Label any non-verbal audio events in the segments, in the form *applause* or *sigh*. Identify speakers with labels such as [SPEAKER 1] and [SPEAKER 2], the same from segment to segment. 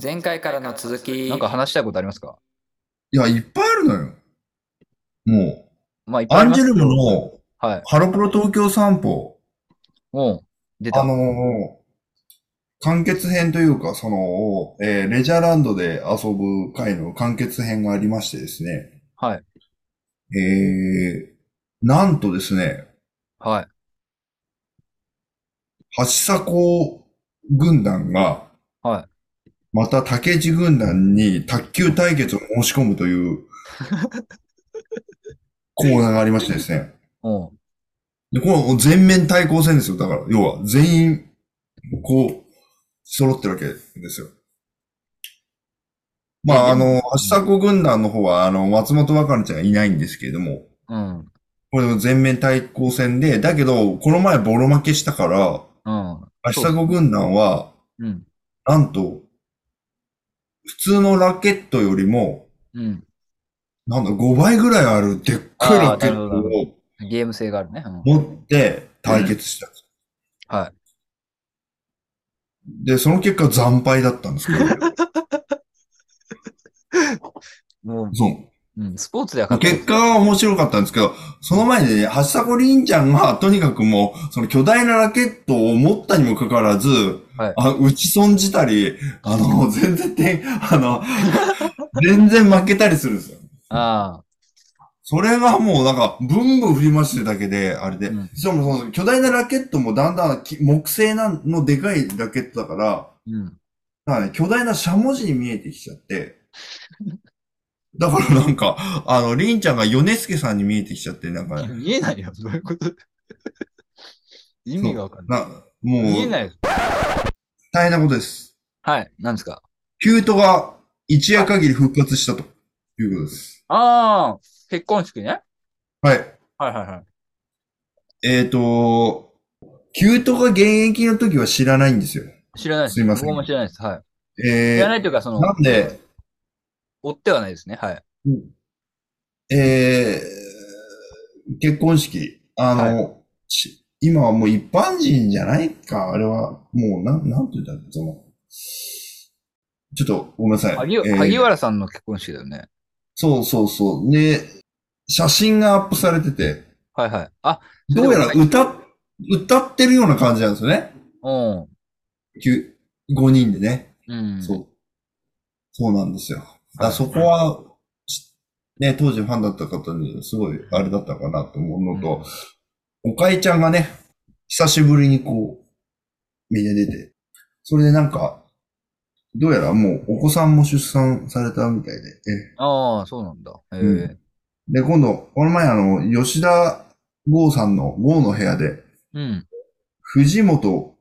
[SPEAKER 1] 前回からの続き。
[SPEAKER 2] なんか話したいことありますか
[SPEAKER 3] いや、いっぱいあるのよ。も
[SPEAKER 2] まあ、いっ
[SPEAKER 3] う、
[SPEAKER 2] ぱい
[SPEAKER 3] ア
[SPEAKER 2] あり
[SPEAKER 3] ン
[SPEAKER 2] ます
[SPEAKER 3] ジ
[SPEAKER 2] け
[SPEAKER 3] ュ
[SPEAKER 2] ど
[SPEAKER 3] ルムの
[SPEAKER 2] はい。
[SPEAKER 3] ハロプロ東京散歩、
[SPEAKER 2] もう、出た。
[SPEAKER 3] あのー完結編というか、その、えーレジャーランドで遊ぶ回の完結編がありましてですね、
[SPEAKER 2] はい。
[SPEAKER 3] えー、なんとですね、
[SPEAKER 2] はい。
[SPEAKER 3] 橋迫軍団が、
[SPEAKER 2] は
[SPEAKER 3] また竹地軍団に卓球対決を申し込むというコーナーがありましてですね、
[SPEAKER 2] もう、
[SPEAKER 3] で、この全面対抗戦ですよ。だから、要は全員、こう、揃ってるわけですよ。まあ、あの、橋迫軍団の方は、あの、松本若菜ちゃんがいないんですけれども、
[SPEAKER 2] うん。
[SPEAKER 3] これも全面対抗戦で、だけど、この前ボロ負けしたから、
[SPEAKER 2] うん。
[SPEAKER 3] 橋迫軍団は、
[SPEAKER 2] うん。
[SPEAKER 3] なんと、普通のラケットよりも、
[SPEAKER 2] うん。
[SPEAKER 3] なんだ、5倍ぐらいあるでっかいラケッ
[SPEAKER 2] あーなるほどなる
[SPEAKER 3] トを
[SPEAKER 2] ゲーム性があるね。うん
[SPEAKER 3] 持って対決した。
[SPEAKER 2] はい。
[SPEAKER 3] で、その結果惨敗だったんですけど、
[SPEAKER 2] *laughs* も、
[SPEAKER 3] そ
[SPEAKER 2] う
[SPEAKER 3] う
[SPEAKER 2] ん、スポーツでは
[SPEAKER 3] う。
[SPEAKER 2] 勝
[SPEAKER 3] 結果は面白かったんですけど、その前にね、橋迫凛ちゃんが、とにかくもう、その巨大なラケットを持ったにもかかわらず、
[SPEAKER 2] はい
[SPEAKER 3] あ打ち損じたり、あの、全然点、あの、 *laughs* 全然負けたりするんですよ。
[SPEAKER 2] あ
[SPEAKER 3] それがもうなんか、ブンブン振り回してるだけで、あれで。
[SPEAKER 2] うん
[SPEAKER 3] しかもその、巨大なラケットもだんだんき木製なのでかいラケットだから、
[SPEAKER 2] あ、うん。
[SPEAKER 3] だからね、巨大なしゃもじに見えてきちゃって、だからなんか、あの、りんちゃんがヨネスケさんに見えてきちゃって、なんか、
[SPEAKER 2] 見えないよ。どういうこと意味がわかんない。
[SPEAKER 3] な、もう、
[SPEAKER 2] 見えないよ。
[SPEAKER 3] 大変なことです。
[SPEAKER 2] はい。なんですか
[SPEAKER 3] キュートが一夜限り復活したということです。
[SPEAKER 2] ああ、結婚式ね。
[SPEAKER 3] はい。
[SPEAKER 2] はいはいはい。
[SPEAKER 3] えっ、ー、と、キュートが現役の時は知らないんですよ。
[SPEAKER 2] 知らないです。
[SPEAKER 3] すいません
[SPEAKER 2] 僕も知らないです。はい。知
[SPEAKER 3] え
[SPEAKER 2] らな
[SPEAKER 3] ー、
[SPEAKER 2] いというか、その、
[SPEAKER 3] なんで、
[SPEAKER 2] 追ってはないですね。はい。
[SPEAKER 3] えー、結婚式、あの、し今はもう一般人じゃないか、あれは、もう、なん、なんて言ったらいいのその、ちょっとごめんなさい。
[SPEAKER 2] 萩
[SPEAKER 3] えー
[SPEAKER 2] 萩原さんの結婚式だよね。
[SPEAKER 3] そうそうそう。で、写真がアップされてて、
[SPEAKER 2] はいはい。あ、
[SPEAKER 3] どうやら
[SPEAKER 2] うん。
[SPEAKER 3] 歌っ、歌ってるような感じなんですよね。きゅ5人でね。
[SPEAKER 2] うん。
[SPEAKER 3] そう。そうなんですよ。だからそこは、しね、当時ファンだった方にすごいあれだったかなと思うのと、おかえちゃんがね、久しぶりにこう、見に出て、それでなんか、どうやらもうお子さんも出産されたみたいで、え
[SPEAKER 2] ああ、そうなんだ。ええ
[SPEAKER 3] うんで、今度、この前あの、吉田剛さんの剛の部屋で、
[SPEAKER 2] うん。
[SPEAKER 3] 藤本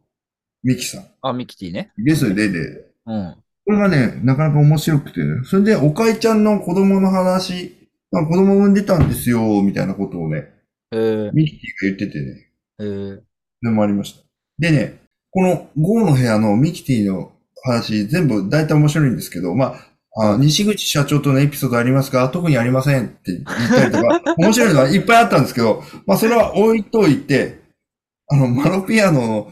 [SPEAKER 3] 美希さん、
[SPEAKER 2] あ、ミキティね。
[SPEAKER 3] ゲストに出て、
[SPEAKER 2] うん。
[SPEAKER 3] これがね、なかなか面白くてね、それでおかえちゃんの子供の話、あ子供産んでたんですよ、みたいなことをね、
[SPEAKER 2] ええ
[SPEAKER 3] ミキティが言っててね、
[SPEAKER 2] ええ
[SPEAKER 3] でもありました。でね、この GO の部屋のミキティの話、全部大体面白いんですけど、まあ、あ西口社長とのエピソードありますか特にありませんって言ったりとか、面白いのはいっぱいあったんですけど、まあそれは置いといて、あの、マロピアノの、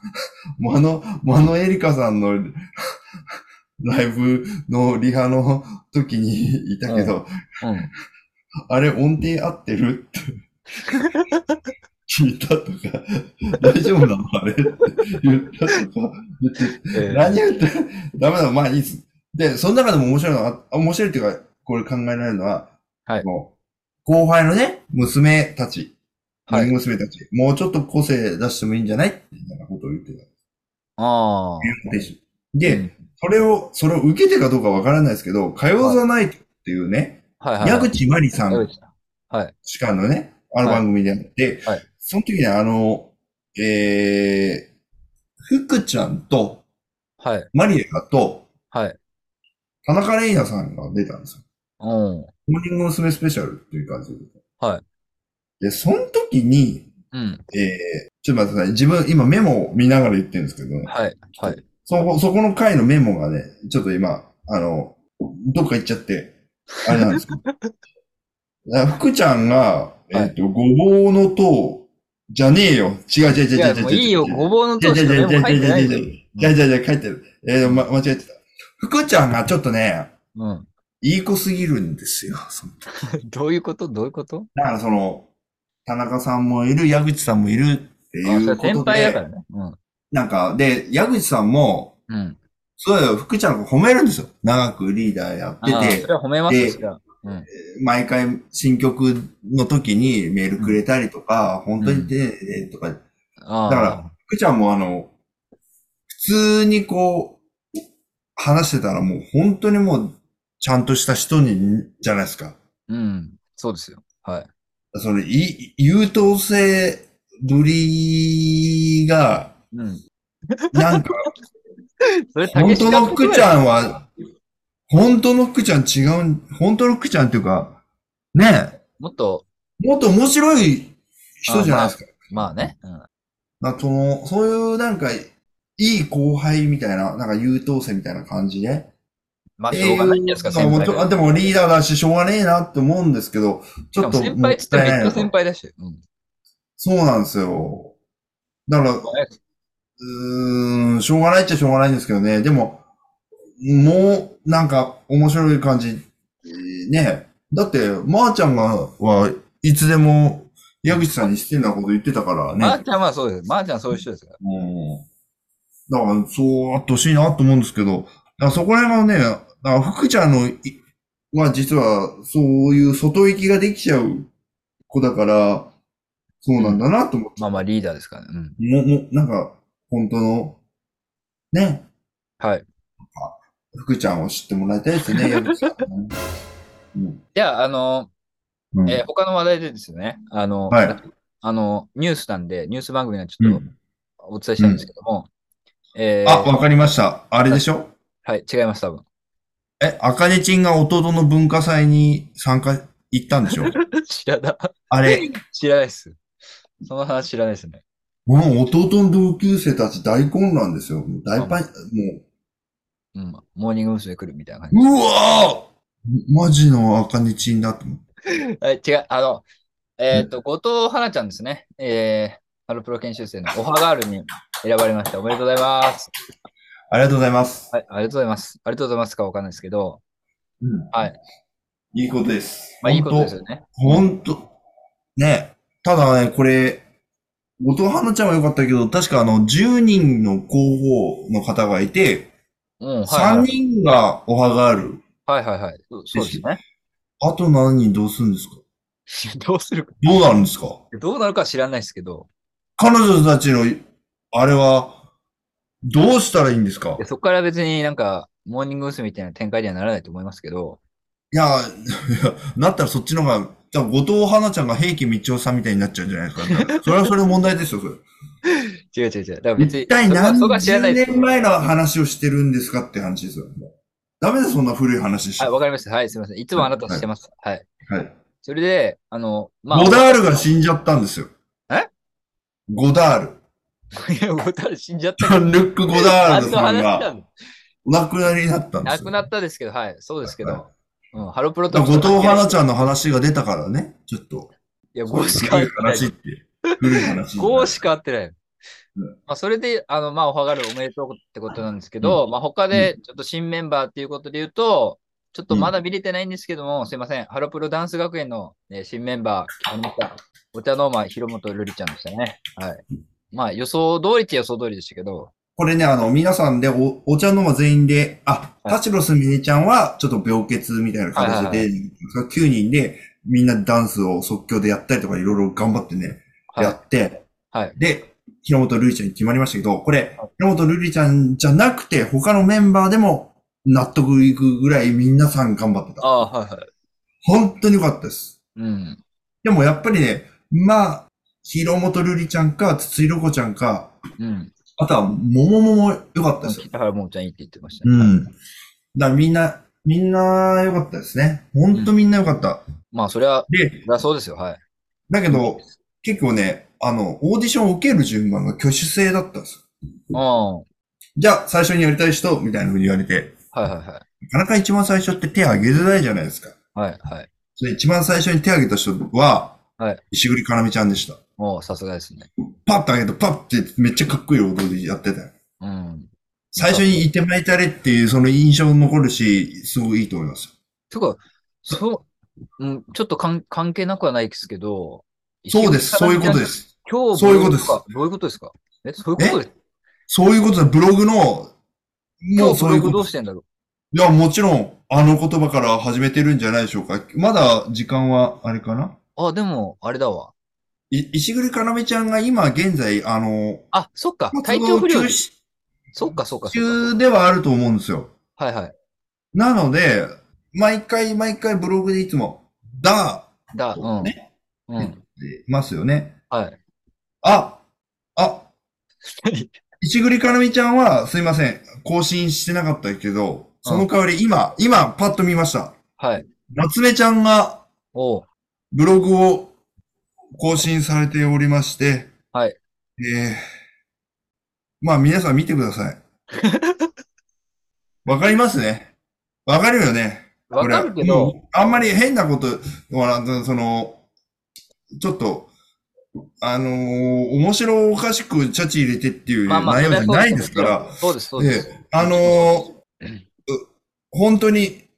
[SPEAKER 3] *laughs* マノ、マノエリカさんのライブのリハの時にいたけど、
[SPEAKER 2] うん。
[SPEAKER 3] あれ音程合ってるって聞いたとか、大丈夫なのあれって言ったとか、言って
[SPEAKER 2] ええ
[SPEAKER 3] 何言って、ダメだ、まあいいっす。で、その中でも面白いのが、あ面白いっていうか、これ考えられるのは、
[SPEAKER 2] はい
[SPEAKER 3] もう後輩のね、娘たち、
[SPEAKER 2] はい
[SPEAKER 3] 娘たち、もうちょっと個性出してもいいんじゃないっていうようなことを言ってた。
[SPEAKER 2] ああ。
[SPEAKER 3] で、それを、それを受けてかどうかわからないですけど、火曜ザナイトっていうね、
[SPEAKER 2] はいはい。
[SPEAKER 3] 矢口まりさん
[SPEAKER 2] 矢口
[SPEAKER 3] しかのね、あの番組であって、
[SPEAKER 2] はいはい
[SPEAKER 3] その時にあの、えー、福ちゃんと
[SPEAKER 2] はい。
[SPEAKER 3] マリエカと
[SPEAKER 2] はい。
[SPEAKER 3] 田中玲奈さんが出たんですよ。
[SPEAKER 2] うん。
[SPEAKER 3] モーニング娘。スペシャルっていう感じで。。
[SPEAKER 2] はい
[SPEAKER 3] で、その時に、
[SPEAKER 2] うん。
[SPEAKER 3] えー、ちょっと待ってください。自分、今メモを見ながら言ってるんですけどね。
[SPEAKER 2] はい。はい。
[SPEAKER 3] そこ、そこの回のメモがね、ちょっと今、あの、どっか行っちゃって、あれなんですけど。だから福ちゃんが、えっ、と、ごぼうの塔、じゃねえよ。違う違う違う
[SPEAKER 2] い
[SPEAKER 3] 違
[SPEAKER 2] や、
[SPEAKER 3] う違う違う。
[SPEAKER 2] もういいよ。ごぼうの
[SPEAKER 3] じゃ
[SPEAKER 2] とし
[SPEAKER 3] じゃ
[SPEAKER 2] か
[SPEAKER 3] じ
[SPEAKER 2] メ
[SPEAKER 3] ゃ
[SPEAKER 2] モ
[SPEAKER 3] じゃじ
[SPEAKER 2] 入
[SPEAKER 3] ゃ
[SPEAKER 2] ってな
[SPEAKER 3] じゃ
[SPEAKER 2] い
[SPEAKER 3] じ
[SPEAKER 2] よ
[SPEAKER 3] ゃじゃじゃじゃじゃ書いてる。えー、ま、間違えてた。福ちゃんがちょっとね、
[SPEAKER 2] うん。
[SPEAKER 3] いい子すぎるんですよ。その
[SPEAKER 2] どういうことどういうこと
[SPEAKER 3] だからその、田中さんもいる、矢口さんもいるって
[SPEAKER 2] あそ
[SPEAKER 3] い
[SPEAKER 2] れ
[SPEAKER 3] うこと
[SPEAKER 2] 先輩だか
[SPEAKER 3] で、
[SPEAKER 2] らね。うん。
[SPEAKER 3] なんか、で、矢口さんも、
[SPEAKER 2] うん。
[SPEAKER 3] そうよ、福ちゃんの子褒めるんですよ。長くリーダー
[SPEAKER 2] あ
[SPEAKER 3] や
[SPEAKER 2] あ
[SPEAKER 3] っ
[SPEAKER 2] ー、
[SPEAKER 3] て
[SPEAKER 2] そ
[SPEAKER 3] て、
[SPEAKER 2] れは褒めます
[SPEAKER 3] で
[SPEAKER 2] しか。うん。
[SPEAKER 3] 毎回新曲の時にメールくれたりとか、本当に丁寧とか、
[SPEAKER 2] ああ。
[SPEAKER 3] だから福ちゃんもあの、普通にこう、話してたらもう本当にもう、ちゃんとした人に、じゃないですか。
[SPEAKER 2] うん。そうですよ。はい。
[SPEAKER 3] その、い優等生ぶりが、
[SPEAKER 2] うん。
[SPEAKER 3] なんか、
[SPEAKER 2] それ、
[SPEAKER 3] 本当の福ちゃ
[SPEAKER 2] ん。
[SPEAKER 3] んは、本当の福ちゃん違うん、本当の福ちゃんっていうか、ね
[SPEAKER 2] もっと、
[SPEAKER 3] え、もっと面白い人じゃないですか。
[SPEAKER 2] まあね。うん。
[SPEAKER 3] なその、そういうなんか、いい後輩みたいな、なんか優等生みたいな感じね。
[SPEAKER 2] まあ、しょうがないんじゃないですか、
[SPEAKER 3] えー
[SPEAKER 2] 先
[SPEAKER 3] もう
[SPEAKER 2] 輩
[SPEAKER 3] ちょ
[SPEAKER 2] が。
[SPEAKER 3] あでもリーダーだし、しょうがねえなって思うんですけど、
[SPEAKER 2] し
[SPEAKER 3] ちょ
[SPEAKER 2] か
[SPEAKER 3] っ
[SPEAKER 2] も
[SPEAKER 3] と
[SPEAKER 2] 先輩っつって
[SPEAKER 3] も
[SPEAKER 2] めっ
[SPEAKER 3] い
[SPEAKER 2] ち
[SPEAKER 3] な
[SPEAKER 2] ゃ先輩だし。うん。
[SPEAKER 3] そうなんですよ。だから、うーん、しょうがないっちゃしょうがないんですけどね。でも、もう、なんか、面白い感じ。ね。だって、まー、ちゃんが、はいつでも、矢口さんに失礼なこと言ってたから
[SPEAKER 2] まー
[SPEAKER 3] ね。
[SPEAKER 2] ちゃんはそうです。まーちゃんそういう人ですから。
[SPEAKER 3] うん。だから、そうあってほしいなと思うんですけど、だからそこら辺はね、だから福ちゃんのい、は実は、そういう外行きができちゃう子だから、そうなんだなと思って。
[SPEAKER 2] まあまあ、リーダーですからね。うん。
[SPEAKER 3] も、も、なんか、本当の、ね、
[SPEAKER 2] はい。
[SPEAKER 3] 福ちゃんを知ってもらいたいですね、矢口さん。うん。
[SPEAKER 2] じゃあ、あの、
[SPEAKER 3] うん
[SPEAKER 2] えー他の話題でですね、あの、
[SPEAKER 3] はい
[SPEAKER 2] あの、ニュースなんで、ニュース番組なんでち
[SPEAKER 3] う
[SPEAKER 2] ょっと
[SPEAKER 3] ん
[SPEAKER 2] お伝えしたいんですけども、えー
[SPEAKER 3] あ、わかりました。あれでしょ
[SPEAKER 2] はい、違います、多分。 *laughs*
[SPEAKER 3] え、あかねちんが弟の文化祭に参加、行ったんでしょ
[SPEAKER 2] 知らない。
[SPEAKER 3] あれ、
[SPEAKER 2] 知らないっす。その話知らないですね。
[SPEAKER 3] もう弟の同級生たち大混乱ですよ。もう大パン、も
[SPEAKER 2] うん。モーニング娘。来るみたいな感
[SPEAKER 3] う、うわーマジのあかねちんだと思って。
[SPEAKER 2] じ。はい、違う、あの、えっ、と、後藤花ちゃんですね。えー、春プロ研修生のオハガールに選ばれました。おめでとうございます。
[SPEAKER 3] ありがとうございます。
[SPEAKER 2] はい、ありがとうございます。ありがとうございますかわかんないですけど、
[SPEAKER 3] うん。
[SPEAKER 2] はい。
[SPEAKER 3] いいことです。
[SPEAKER 2] まあいいことですよね。
[SPEAKER 3] ほんと、ね、ただね、これ、後藤花ちゃんは良かったけど、確かあの、10人の候補の方がいて、
[SPEAKER 2] うん、はい、
[SPEAKER 3] 3
[SPEAKER 2] はい。
[SPEAKER 3] 人がおはがある。
[SPEAKER 2] はいはいはい。そうそうですね。
[SPEAKER 3] あと何人どうするんですか
[SPEAKER 2] どうするか。
[SPEAKER 3] *laughs* どうなるんですか
[SPEAKER 2] どうなるかは知らないですけど、
[SPEAKER 3] 彼女たちの、あれは、どうしたらいいんですか
[SPEAKER 2] でそこから別になんか、モーニング娘。みたいな展開にはならないと思いますけど、
[SPEAKER 3] いや、い *laughs* やなったらそっちの方が、多分後藤花ちゃんが平家道夫さんみたいになっちゃうんじゃないですか。それはそれ問題ですよ、それ。
[SPEAKER 2] 違う違う違う。だから別に、
[SPEAKER 3] 一体
[SPEAKER 2] そこは
[SPEAKER 3] 何
[SPEAKER 2] そこは知らない
[SPEAKER 3] 十
[SPEAKER 2] ですけ
[SPEAKER 3] 年
[SPEAKER 2] ど。
[SPEAKER 3] 前の話をしてるんですかって話ですよ。ダメだ、そんな古い話して。
[SPEAKER 2] はい、
[SPEAKER 3] は
[SPEAKER 2] わかりました。はい、すみません。いつもあなたしてます。はい。
[SPEAKER 3] い。
[SPEAKER 2] それで、あの、まあ、
[SPEAKER 3] ゴダールが死んじゃったんですよ。
[SPEAKER 2] え
[SPEAKER 3] ゴ
[SPEAKER 2] *laughs*
[SPEAKER 3] ダール。
[SPEAKER 2] いやゴダール死んじゃっ
[SPEAKER 3] ジ
[SPEAKER 2] た
[SPEAKER 3] ャンルック・ゴダー
[SPEAKER 2] あ
[SPEAKER 3] ル
[SPEAKER 2] の
[SPEAKER 3] さん
[SPEAKER 2] 話
[SPEAKER 3] が
[SPEAKER 2] なの。
[SPEAKER 3] お亡くなりになったんです
[SPEAKER 2] 亡
[SPEAKER 3] よ。
[SPEAKER 2] くなったですけど、はい、そうですけ
[SPEAKER 3] はい
[SPEAKER 2] ど。うん、ハロプロ
[SPEAKER 3] だ
[SPEAKER 2] と
[SPEAKER 3] から後藤花ち
[SPEAKER 2] ん。
[SPEAKER 3] ゃんの話が出たからね、ちょっと。
[SPEAKER 2] いや、5しか合
[SPEAKER 3] 古
[SPEAKER 2] っ
[SPEAKER 3] い
[SPEAKER 2] てない
[SPEAKER 3] 話っ。て。古い話。
[SPEAKER 2] 5しか合ってない。
[SPEAKER 3] うん
[SPEAKER 2] まあ、それで、あの、まあ、おはがるおめでとうってことなんですけど、まあ、他で、ちょっと新メンバーっていうことで言うと、ちょっとまだ見れてないんですけども、すいません。ハロプロダンス学園の、ね、新メンバー、決まりました。お茶の間、広本瑠璃ちゃんでしたね。はい。まあ、予想通りって予想通りでしたけど、
[SPEAKER 3] これね、あの、皆さんでお、お茶の間全員で、あ、
[SPEAKER 2] はい
[SPEAKER 3] 田代すみれちゃんはちょっと病欠みたいな形
[SPEAKER 2] はい
[SPEAKER 3] で、9人でみんなダンスを即興でやったりとかいろいろ頑張ってね、
[SPEAKER 2] はい
[SPEAKER 3] やって、
[SPEAKER 2] はい
[SPEAKER 3] で、広本瑠璃ちゃんに決まりましたけど、これ
[SPEAKER 2] はい、
[SPEAKER 3] 広本瑠璃ちゃんじゃなくて、他のメンバーでも納得いくぐらい皆さん頑張って
[SPEAKER 2] あ
[SPEAKER 3] た。
[SPEAKER 2] あ、はいはい。
[SPEAKER 3] 本当に良かったです。
[SPEAKER 2] うん。
[SPEAKER 3] でもやっぱりね、まあ、広本瑠璃ちゃんか、筒井ロコちゃんか、
[SPEAKER 2] うん。
[SPEAKER 3] あとは、桃もも良かったですよ。
[SPEAKER 2] 北原ももちゃんいいって言ってましたね。
[SPEAKER 3] うん。だからみんな、みんな良かったですね。ほんとみんな良かった。
[SPEAKER 2] まあ、それは、
[SPEAKER 3] で、
[SPEAKER 2] だそうですよ。はい。
[SPEAKER 3] だけど、結構ね、あの、オーディションを受ける順番が挙手制だったんですよ。
[SPEAKER 2] うん。は
[SPEAKER 3] じゃあ、最初にやりたい人、みたいな風に言われて、
[SPEAKER 2] いはいはい。
[SPEAKER 3] なかなか一番最初って手挙げづらいじゃないですか。
[SPEAKER 2] はいはい。
[SPEAKER 3] それ一番最初に手挙げた人は、
[SPEAKER 2] はい
[SPEAKER 3] 石栗かなみちゃんでした。
[SPEAKER 2] もう、さすがですね。
[SPEAKER 3] パッと挙げて、パッてめっちゃかっこいい踊りやってたよ。
[SPEAKER 2] うん。
[SPEAKER 3] 最初にいてまいたれっていう、その印象に残るし、すごいいいと思います。
[SPEAKER 2] てか、そう、うん、ちょっとかん関係なくはないですけど、。
[SPEAKER 3] そうです。そういうことですす。
[SPEAKER 2] 今日
[SPEAKER 3] そういうことです
[SPEAKER 2] 僕がどういうことですかえ、そういうことです。
[SPEAKER 3] そういうことです。ブログの、
[SPEAKER 2] 今
[SPEAKER 3] もう
[SPEAKER 2] 日
[SPEAKER 3] そ
[SPEAKER 2] ブ
[SPEAKER 3] う
[SPEAKER 2] ロ
[SPEAKER 3] いうこ
[SPEAKER 2] グど
[SPEAKER 3] と
[SPEAKER 2] うしてんだろ
[SPEAKER 3] いや、もちろん、あの言葉から始めてるんじゃないでしょうか。まだ時間は、あれかな
[SPEAKER 2] う。あ、でも、あれだわ。
[SPEAKER 3] い石栗かなめちゃんが今現在、あの、
[SPEAKER 2] あ、そっか。体
[SPEAKER 3] 活
[SPEAKER 2] 調
[SPEAKER 3] 動
[SPEAKER 2] 不
[SPEAKER 3] 休
[SPEAKER 2] 良で。
[SPEAKER 3] 止
[SPEAKER 2] そっか、そっか、そっか。
[SPEAKER 3] 中ではあると思うんですよ。
[SPEAKER 2] はいはい。
[SPEAKER 3] なので、毎回毎回ブログでいつも、だ、
[SPEAKER 2] だ、うん。
[SPEAKER 3] ね
[SPEAKER 2] う
[SPEAKER 3] って
[SPEAKER 2] ん。
[SPEAKER 3] 言ってますよね。
[SPEAKER 2] はい。
[SPEAKER 3] あ、あ、石栗かなみちゃんは、すいません、更新してなかったけど、その代わり今、今、パッと見ました。
[SPEAKER 2] はい。
[SPEAKER 3] 夏目ちゃんが
[SPEAKER 2] おう。
[SPEAKER 3] ブログを更新されておりまして、
[SPEAKER 2] はい。
[SPEAKER 3] えー、まあ皆さん見てく
[SPEAKER 2] *laughs*
[SPEAKER 3] ださい。わかりますね。わかるよね。
[SPEAKER 2] わかるけど
[SPEAKER 3] こ、れあんまり変なことは、その、ちょっと、あのー面白おかしくチャチ入れてっていう内容じゃないですから、。
[SPEAKER 2] そうです、そうです。
[SPEAKER 3] あのーう本当に、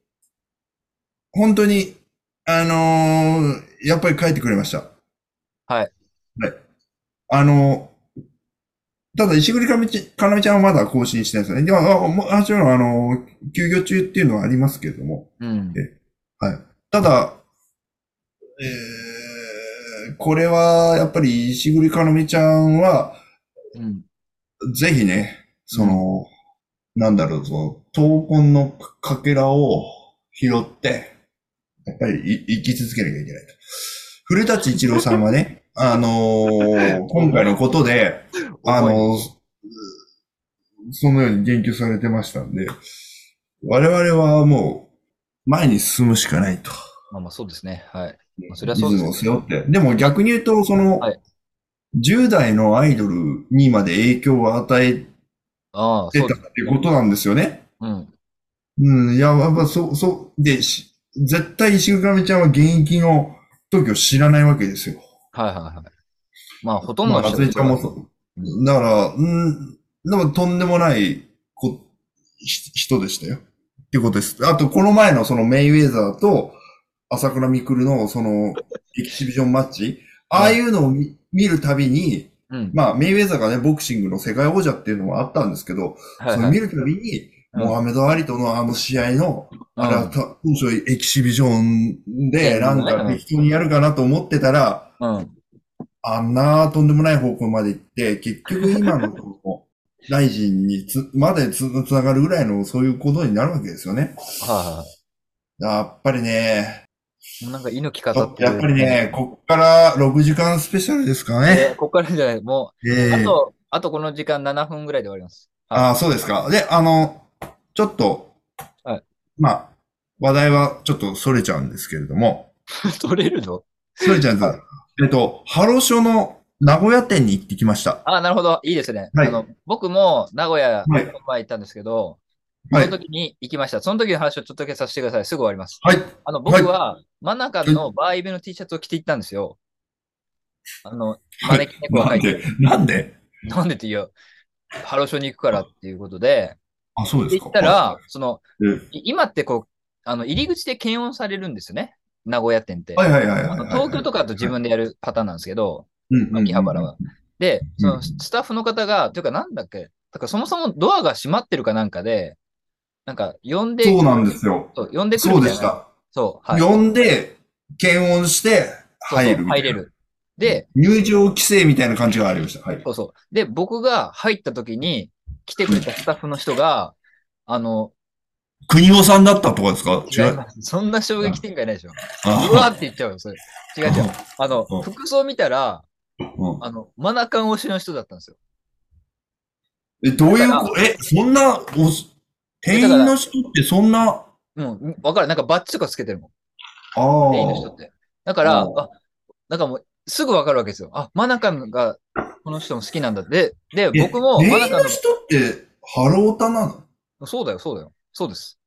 [SPEAKER 3] 本当に、あのーやっぱり書いてくれました。
[SPEAKER 2] はい
[SPEAKER 3] はい。あのーただ、石栗かなめちかなめちゃんはまだ更新してないですよね。でも、あももちろん、あのー休業中っていうのはありますけれども、
[SPEAKER 2] うん。
[SPEAKER 3] はい。ただ、えー、これは、やっぱり、石栗かなめちゃんは、
[SPEAKER 2] うん。
[SPEAKER 3] ぜひね、その、なんだろう、その、闘魂のかかけらを拾って、やっぱりい生き続けなきゃいけないと。古舘一郎さん
[SPEAKER 2] *laughs*
[SPEAKER 3] はね、あのー今回のことで、あのーそのように言及されてましたんで、我々はもう、前に進むしかないと。
[SPEAKER 2] まあまあ、そうですね。はい。まあそれ
[SPEAKER 3] リ
[SPEAKER 2] はそうで
[SPEAKER 3] ズ
[SPEAKER 2] す
[SPEAKER 3] ムを背負って。でも逆に言うと、その、
[SPEAKER 2] はい
[SPEAKER 3] 10代のアイドルにまで影響を与え
[SPEAKER 2] ああ、
[SPEAKER 3] 出
[SPEAKER 2] そう
[SPEAKER 3] た
[SPEAKER 2] で
[SPEAKER 3] っ
[SPEAKER 2] す。
[SPEAKER 3] てことなんですよね。
[SPEAKER 2] うん。
[SPEAKER 3] うん、いや、やっぱそう、そう、で、し絶対石上ちゃんは現役の時を知らないわけですよ。
[SPEAKER 2] はいはいはい。まあ、ほとん
[SPEAKER 3] ま
[SPEAKER 2] ど
[SPEAKER 3] あ、
[SPEAKER 2] の
[SPEAKER 3] 夏井ちゃんも
[SPEAKER 2] 人
[SPEAKER 3] そう。だから、うん、でもとんでもないこひ人でしたよ。っていうことです。あと、この前のそのメイウェザーと朝倉未来のそのエキシビジョンマッチ、ああいうのを見見るたびに、
[SPEAKER 2] うん。
[SPEAKER 3] まあ、メイウェザーがね、ボクシングの世界王者っていうのもあったんですけど、
[SPEAKER 2] はい
[SPEAKER 3] そ
[SPEAKER 2] は
[SPEAKER 3] の
[SPEAKER 2] い。
[SPEAKER 3] 見るたびに、モハメド・アリとのあの試合の、あれはた当初エキシビジョン
[SPEAKER 2] う
[SPEAKER 3] で、
[SPEAKER 2] ん
[SPEAKER 3] なんか適当にやるかなと思ってたら、
[SPEAKER 2] うん。うん。
[SPEAKER 3] あんなとんでもない方向まで行って、結局今のこの大臣につ、までつ、つながるぐらいのそういうことになるわけですよね。
[SPEAKER 2] はいは
[SPEAKER 3] やっぱりね、
[SPEAKER 2] い。もうなんか、猪木語
[SPEAKER 3] や
[SPEAKER 2] ってる
[SPEAKER 3] っぱりね、こっから6時間スペシャルですかね。
[SPEAKER 2] えーここからじゃない。もう、
[SPEAKER 3] え
[SPEAKER 2] あ
[SPEAKER 3] え
[SPEAKER 2] と、あとこの時間7分ぐらいで終わります。 *laughs*
[SPEAKER 3] ああ、そうですか。で、あの、ちょっと、
[SPEAKER 2] はい
[SPEAKER 3] まあ、話題はちょっとそれちゃうんですけれども、
[SPEAKER 2] 取れるの
[SPEAKER 3] それちゃんさん、えっと、ハロショの名古屋店に行ってきました。
[SPEAKER 2] ああ、なるほど。いいですね。
[SPEAKER 3] はい
[SPEAKER 2] あの僕も名古屋、
[SPEAKER 3] はい
[SPEAKER 2] この前行ったんですけど、
[SPEAKER 3] はい
[SPEAKER 2] その時に行きました。その時の話をちょっとだけさせてください。すぐ終わります。
[SPEAKER 3] はい。
[SPEAKER 2] あの、僕は真ん中のバーイベの T シャツを着て行ったんですよ。あの、招き猫が
[SPEAKER 3] な
[SPEAKER 2] 入
[SPEAKER 3] ん
[SPEAKER 2] って、
[SPEAKER 3] で、なんで
[SPEAKER 2] なんでって言うハロショに行くからっていうことで、
[SPEAKER 3] あ、そう
[SPEAKER 2] で
[SPEAKER 3] です
[SPEAKER 2] 行
[SPEAKER 3] か。
[SPEAKER 2] ったら、その、
[SPEAKER 3] え、
[SPEAKER 2] い今ってこう、あの、入り口で検温されるんですよね。名古屋店って。
[SPEAKER 3] はいはいはい
[SPEAKER 2] あ
[SPEAKER 3] はい
[SPEAKER 2] の
[SPEAKER 3] はい。
[SPEAKER 2] 東京とかだと自分でやるパターンなんですけど、
[SPEAKER 3] うん、うん
[SPEAKER 2] 秋葉原は。。で、そうの
[SPEAKER 3] ん
[SPEAKER 2] スタッフの方が、というかなんだっけ、だからそもそもドアが閉まってるかなんかで、なんか呼んで、
[SPEAKER 3] そうなんですよ。
[SPEAKER 2] そう呼んでくる
[SPEAKER 3] そう
[SPEAKER 2] み
[SPEAKER 3] で
[SPEAKER 2] たいな。
[SPEAKER 3] した。
[SPEAKER 2] そう、はい。
[SPEAKER 3] 呼んで、検温して、
[SPEAKER 2] そう
[SPEAKER 3] 入
[SPEAKER 2] そう
[SPEAKER 3] る。
[SPEAKER 2] 入れ。る。で、
[SPEAKER 3] 入場規制みたいな感じがありました。はい。
[SPEAKER 2] そうそう。で、僕が入った時に、来てくれたスタッフの人が、あの、
[SPEAKER 3] 国尾さんだったとかですか
[SPEAKER 2] 違
[SPEAKER 3] 違。
[SPEAKER 2] いうます。そんな衝撃展開ないでしょ。うわー
[SPEAKER 3] あ
[SPEAKER 2] って言っちゃうよ、それ。違う違う。あの
[SPEAKER 3] うん、
[SPEAKER 2] 服装見たら、
[SPEAKER 3] うん
[SPEAKER 2] あの、マナカン推しの人だったんですよ。
[SPEAKER 3] え、どういうこ、え、そんな、おし店員の人ってそんな、
[SPEAKER 2] うん、わかる。なんかバッジとかつけてるもん。
[SPEAKER 3] ああ。
[SPEAKER 2] 店員の人って。だから、
[SPEAKER 3] あー
[SPEAKER 2] あ、なんかもう、すぐわかるわけですよ。あ、マナカンが、この人も好きなんだ。で、で、
[SPEAKER 3] え
[SPEAKER 2] 僕も、マ
[SPEAKER 3] 店
[SPEAKER 2] ナ
[SPEAKER 3] 員
[SPEAKER 2] カン
[SPEAKER 3] の人って、ハロータなの
[SPEAKER 2] の、そうだよ、そうだよ。そうです。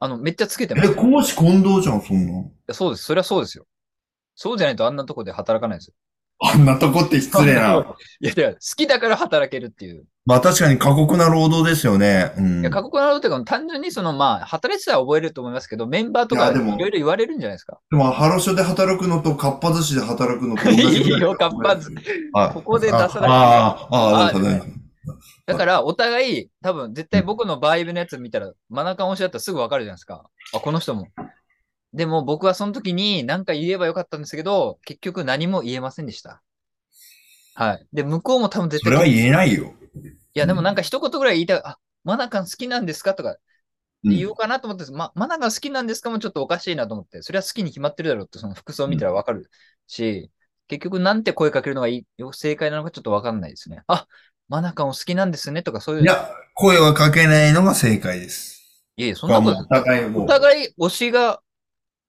[SPEAKER 2] あの、めっちゃつけてます
[SPEAKER 3] え、。講師混同じゃん、そんな。
[SPEAKER 2] そうです。そりゃそうですよ。そうじゃないとあんなとこで働かないですよ。
[SPEAKER 3] あんなとこって失礼な。
[SPEAKER 2] *laughs* いや、だから好きだから働けるっていう。
[SPEAKER 3] まあ確かに過酷な労働ですよね。うん。
[SPEAKER 2] いや過酷なこというか、単純にその、まあ、働いてたら覚えると思いますけど、メンバーと
[SPEAKER 3] い
[SPEAKER 2] か
[SPEAKER 3] や
[SPEAKER 2] い
[SPEAKER 3] でも
[SPEAKER 2] ろいろ言われるんじゃないですか。
[SPEAKER 3] でも、ハロショで働くのと、かっぱ寿司で働くのと同じぐら
[SPEAKER 2] いいよ
[SPEAKER 3] だと思いますはい。
[SPEAKER 2] ここで出さなきゃ
[SPEAKER 3] ああ、ああ、
[SPEAKER 2] あ
[SPEAKER 3] そうだね。
[SPEAKER 2] だから、お互い、多分、絶対僕のバイブのやつ見たら、マナカン推しだったらすぐわかるじゃないですか。あ、この人も。でも、僕はその時に何か言えばよかったんですけど、結局何も言えませんでした。はい。で、向こうも多分絶
[SPEAKER 3] そ
[SPEAKER 2] 対、
[SPEAKER 3] れはい言えないよ。
[SPEAKER 2] や、でもなんか一言ぐらい言いたい。あ、マナカン好きなんですかとか
[SPEAKER 3] うん
[SPEAKER 2] 言おうかなと思って、ま、マナが好きなんですかもちょっとおかしいなと思って、それは好きに決まってるだろうって、その服装見たらわかるし、結局なんて声かけるのがいいよ正解なのかちょっとわかんないですね。あ、マナカンお好きなんですねとかそういう。
[SPEAKER 3] いや、声はかけないのが正解です。
[SPEAKER 2] いやいやそん
[SPEAKER 3] これ
[SPEAKER 2] なこ
[SPEAKER 3] はもう
[SPEAKER 2] と
[SPEAKER 3] お互いもう
[SPEAKER 2] お。互い推しが、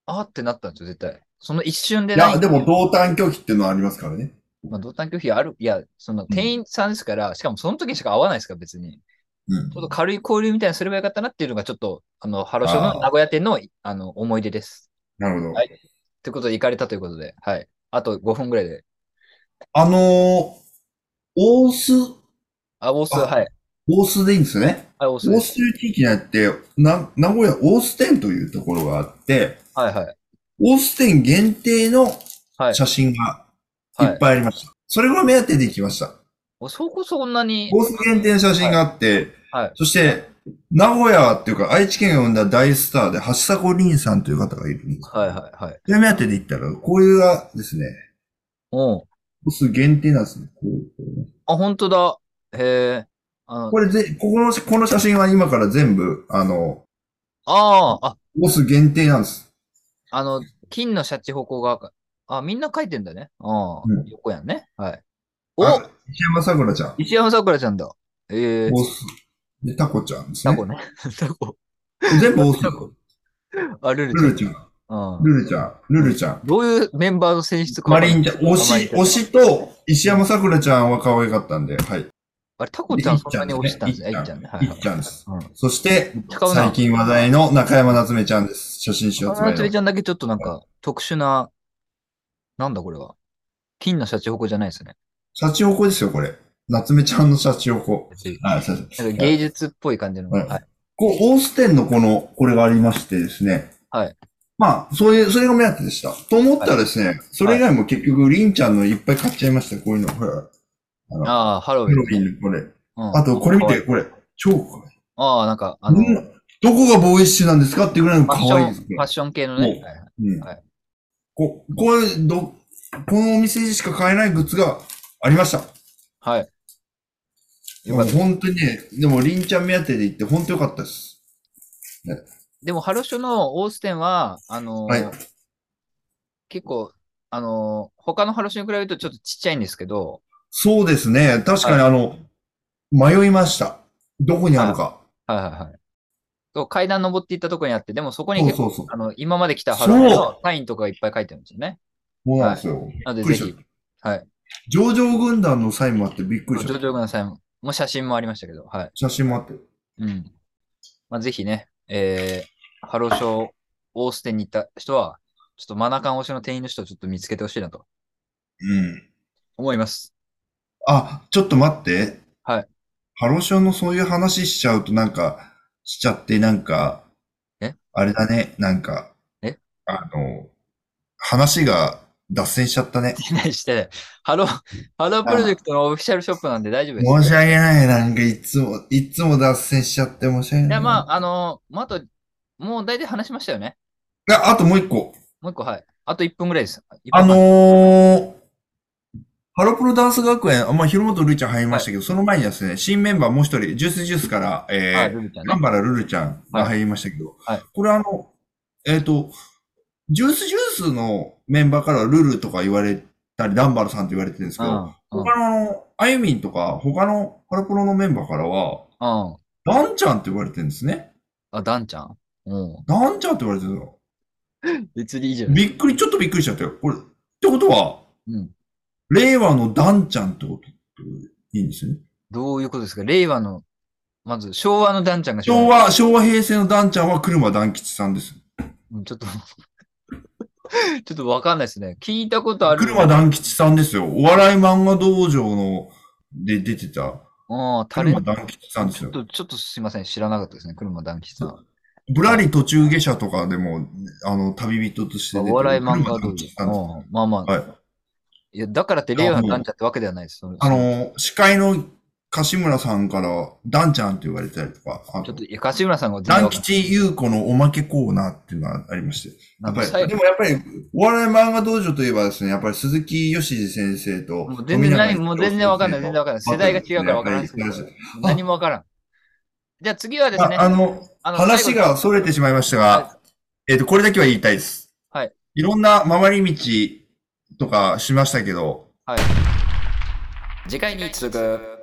[SPEAKER 2] あーってなったんですよ、絶対。その一瞬で
[SPEAKER 3] い
[SPEAKER 2] ない。
[SPEAKER 3] や、でも、同担拒否っていうのはありますからね。
[SPEAKER 2] まあ、同担拒否ある。いや、その店員さんですから、しかもその時しか会わないですから、別に。
[SPEAKER 3] うん
[SPEAKER 2] ちょっと軽い交流みたいにすればよかったなっていうのが、ちょっと、あの、ハロショの名古屋店の、あの、思い出です。
[SPEAKER 3] なるほど
[SPEAKER 2] は。いということで、行かれたということで、はい。あと5分ぐらいで。
[SPEAKER 3] あのー、大須、
[SPEAKER 2] あ、大須、
[SPEAKER 3] あ
[SPEAKER 2] はい。
[SPEAKER 3] 大須でいいんですよね。
[SPEAKER 2] はい、大須
[SPEAKER 3] 大
[SPEAKER 2] で
[SPEAKER 3] 須
[SPEAKER 2] す。
[SPEAKER 3] という地域にあって、な、名古屋大須店というところがあって、
[SPEAKER 2] はい、はい。
[SPEAKER 3] 大須店限定の
[SPEAKER 2] はい。
[SPEAKER 3] 写真がい
[SPEAKER 2] は
[SPEAKER 3] っぱいありました。それが目当てで行きました。
[SPEAKER 2] い、そこそんなに、
[SPEAKER 3] 大須限定の写真があって、
[SPEAKER 2] はいはい
[SPEAKER 3] そして、名古屋っていうか愛知県を生んだ大スターで、橋迫凛さんという方がいるんです。
[SPEAKER 2] はい、はい、はい。
[SPEAKER 3] それ目当てで行ったら、こういうがですね、
[SPEAKER 2] うん。
[SPEAKER 3] 大須限定なんですね。こういう
[SPEAKER 2] あ、本当だ。へえ。あの
[SPEAKER 3] これぜ、ここの、この写真は今から全部、あの、
[SPEAKER 2] あーあ、
[SPEAKER 3] 大須限定なんです。
[SPEAKER 2] あの、金のシャチホコが赤、あ、みんな書いてんだね。ああ、
[SPEAKER 3] うん
[SPEAKER 2] 横やんね。はい。お
[SPEAKER 3] あ石山さくらちゃん。
[SPEAKER 2] 石山さくらちゃんだ。ええ
[SPEAKER 3] 大須。で、タコちゃんです
[SPEAKER 2] タ
[SPEAKER 3] ね
[SPEAKER 2] コ。ね。 *laughs* タコ。
[SPEAKER 3] 全部大
[SPEAKER 2] タ
[SPEAKER 3] 須
[SPEAKER 2] コ。あ、ル
[SPEAKER 3] ル
[SPEAKER 2] ル
[SPEAKER 3] ルち
[SPEAKER 2] ち
[SPEAKER 3] ゃん。
[SPEAKER 2] ゃん。うん。
[SPEAKER 3] ルルちゃん。ルルちゃん。
[SPEAKER 2] どういうメンバーの選出かわ
[SPEAKER 3] マ
[SPEAKER 2] かんな
[SPEAKER 3] リ
[SPEAKER 2] い。
[SPEAKER 3] ンちゃん。推し、推しと石山さくらちゃんは可愛かったんで、はい。
[SPEAKER 2] あれ、タコちゃん
[SPEAKER 3] で
[SPEAKER 2] そんなに推してたんですね。いっちゃんね。はい
[SPEAKER 3] い
[SPEAKER 2] は
[SPEAKER 3] っ
[SPEAKER 2] い。
[SPEAKER 3] ちゃんです
[SPEAKER 2] うん。
[SPEAKER 3] そして、
[SPEAKER 2] 使うな
[SPEAKER 3] 最近話題の中山夏目ちゃんです。写真集
[SPEAKER 2] あ
[SPEAKER 3] 発
[SPEAKER 2] ー
[SPEAKER 3] 売
[SPEAKER 2] つべち
[SPEAKER 3] の。
[SPEAKER 2] ゃんだけちょっとなんか特殊な、なんだこれは。金のシャチホコじゃないですね。
[SPEAKER 3] シャチホコですよ、これ。夏目ちゃんのシャチホコ。はい、シャチ。
[SPEAKER 2] なんか芸術っぽい感じの。
[SPEAKER 3] はい
[SPEAKER 2] はい。
[SPEAKER 3] こう、オーステンのこの、これがありましてですね。
[SPEAKER 2] はい。
[SPEAKER 3] まあ、そういう、それが目当てでした。と思ったらですね、それ以外も結局、りんちゃんのいっぱい買っちゃいました、こういうの。ほら、
[SPEAKER 2] ああ、ハロウィ
[SPEAKER 3] ヒ
[SPEAKER 2] ン
[SPEAKER 3] ロ
[SPEAKER 2] で
[SPEAKER 3] ピ
[SPEAKER 2] すね。
[SPEAKER 3] ンのこれ。
[SPEAKER 2] うん
[SPEAKER 3] あと、これ見
[SPEAKER 2] かわい
[SPEAKER 3] て、
[SPEAKER 2] い
[SPEAKER 3] これ。超可愛い。
[SPEAKER 2] ああ、なんか、あ
[SPEAKER 3] あ
[SPEAKER 2] の、
[SPEAKER 3] の、どこがボーイッシュなんですかってぐらいの
[SPEAKER 2] ファ
[SPEAKER 3] 可
[SPEAKER 2] ッショ
[SPEAKER 3] 愛い
[SPEAKER 2] ン、
[SPEAKER 3] です
[SPEAKER 2] フ
[SPEAKER 3] ね
[SPEAKER 2] ァッ。ション系のね。
[SPEAKER 3] もう
[SPEAKER 2] はいはい
[SPEAKER 3] うん
[SPEAKER 2] はい。
[SPEAKER 3] こ、これ、ど、このお店でしか買えないグッズがありました。
[SPEAKER 2] はい。よ
[SPEAKER 3] も
[SPEAKER 2] か
[SPEAKER 3] う
[SPEAKER 2] った。
[SPEAKER 3] 本当にね、でも、りんちゃん目当てで行って、本当よかったです。
[SPEAKER 2] でも、ハロショのオーステンは、あのー
[SPEAKER 3] はい
[SPEAKER 2] 結構、あのー他のハロショに比べるとちょっとちっちゃいんですけど、
[SPEAKER 3] そうですね。確かに、あの、迷いました。どこにあるか。
[SPEAKER 2] はいはいはいそう。階段登っていったところにあって、でもそこに
[SPEAKER 3] そう
[SPEAKER 2] 結構、
[SPEAKER 3] そうそう。
[SPEAKER 2] あの、今まで来たハロショ
[SPEAKER 3] そ
[SPEAKER 2] のサインとかがいっぱい書いてるんですよね。
[SPEAKER 3] そうなんですよ。
[SPEAKER 2] なの
[SPEAKER 3] び
[SPEAKER 2] で、ぜ
[SPEAKER 3] っくりし
[SPEAKER 2] ひ
[SPEAKER 3] ちゃっ、
[SPEAKER 2] はい。
[SPEAKER 3] た上場軍団のサインもあってびっくりしちゃ
[SPEAKER 2] 上
[SPEAKER 3] った。
[SPEAKER 2] 場軍さんも写真もありましたけど、はい。
[SPEAKER 3] 写真もあって。
[SPEAKER 2] うん。まあ、ぜひね、えー、ハローショーオーステンに行った人は、ちょっとマナカン推しの店員の人をちょっと見つけてほしいなと
[SPEAKER 3] うん。
[SPEAKER 2] 思います。
[SPEAKER 3] あ、ちょっと待って。
[SPEAKER 2] はい。
[SPEAKER 3] ハロションのそういう話しちゃうとなんか、しちゃってなんか、
[SPEAKER 2] え
[SPEAKER 3] あれだね、なんか、
[SPEAKER 2] え
[SPEAKER 3] あの、話が脱線しちゃっ
[SPEAKER 2] *laughs*
[SPEAKER 3] たね。
[SPEAKER 2] 対して、ハロー、ハロープロジェクトのオフィシャルショップなんで大丈夫ですよ。
[SPEAKER 3] 申し訳ない。なんかいつも、いつも脱線しちゃって申し訳ない。
[SPEAKER 2] いや、まあ、あのー、まあ、あと、もう大体話しましたよね。
[SPEAKER 3] あ、あともう一個。
[SPEAKER 2] もう一個、はい。あと1分ぐらいです。1分
[SPEAKER 3] あのー、ハロプロダンス学園、あまあ、広本るいちゃん入りましたけど、その前にですね、新メンバーもう一人、ジュースジュースから、え
[SPEAKER 2] はい、
[SPEAKER 3] ー、
[SPEAKER 2] ルルちゃんね
[SPEAKER 3] ガン。バラルルちゃんが入りましたけど、
[SPEAKER 2] はいはい
[SPEAKER 3] これあの、えっ、と、ジュースジュースのメンバーからルルとか言われたり、ダンバラさんって言われてるんですけど、
[SPEAKER 2] うん。
[SPEAKER 3] 他のあの、あゆみんとか、他のハロプロのメンバーからは、
[SPEAKER 2] うん。うん
[SPEAKER 3] ダンちゃんって言われてるんですね。
[SPEAKER 2] あ、ダンちゃん。うん。
[SPEAKER 3] ダンちゃんって言われてるの。
[SPEAKER 2] 別にいいじゃん。
[SPEAKER 3] びっくり、ちょっとびっくりしちゃったよ。これ、ってことは、
[SPEAKER 2] うん。
[SPEAKER 3] 令和のダンちゃんってこといいんですよね。
[SPEAKER 2] どういうことですか令和の、まず昭和のダンちゃんが知らない
[SPEAKER 3] 昭和、昭和平成のダンちゃんは車ダン吉さんです。
[SPEAKER 2] うんちょっと、 *laughs* ちょっとわかんないですね。聞いたことある。
[SPEAKER 3] 車団吉さんですよ。お笑い漫画道場の、で出てた、
[SPEAKER 2] うん、タレン
[SPEAKER 3] 車
[SPEAKER 2] ト
[SPEAKER 3] 団吉さんです
[SPEAKER 2] ちょっと、
[SPEAKER 3] よ。
[SPEAKER 2] ちょっとすいません。知らなかったですね。車団吉さん。
[SPEAKER 3] ぶらり途中下車とかでも、あの、旅人として出て
[SPEAKER 2] お
[SPEAKER 3] る
[SPEAKER 2] 笑い漫
[SPEAKER 3] 車
[SPEAKER 2] 画
[SPEAKER 3] 団
[SPEAKER 2] 道
[SPEAKER 3] 吉さんですよ
[SPEAKER 2] 場。うんまあまあ。
[SPEAKER 3] はい。
[SPEAKER 2] いや、だからって令和のなんちゃってわけではないです。その
[SPEAKER 3] あの、司会の柏村さんから、ダンちゃんって言われたりとか、あ
[SPEAKER 2] ちょっ
[SPEAKER 3] と
[SPEAKER 2] と、いや、柏村さんが全然
[SPEAKER 3] ダン
[SPEAKER 2] わかんない
[SPEAKER 3] 吉優子のおまけコーナーっていうのがありまして。や
[SPEAKER 2] な
[SPEAKER 3] っ
[SPEAKER 2] ん
[SPEAKER 3] ぱ
[SPEAKER 2] か
[SPEAKER 3] り、
[SPEAKER 2] 最
[SPEAKER 3] で
[SPEAKER 2] 後
[SPEAKER 3] もやっぱり、お笑い漫画道場といえばですね、やっぱり鈴木よしじ先生と、
[SPEAKER 2] もう全然ない、もう全然わかんない、全然わかんない。世代が違うからわからないで
[SPEAKER 3] い
[SPEAKER 2] すけど、何もわからん。じゃあ次はですね、
[SPEAKER 3] ああの、
[SPEAKER 2] あの
[SPEAKER 3] 話
[SPEAKER 2] 最
[SPEAKER 3] が逸
[SPEAKER 2] 後
[SPEAKER 3] れてしまいましたが、えっ、と、これだけは言いたいです。
[SPEAKER 2] はい。
[SPEAKER 3] いろんな回り道とかしましたけど、
[SPEAKER 2] 次回に続く。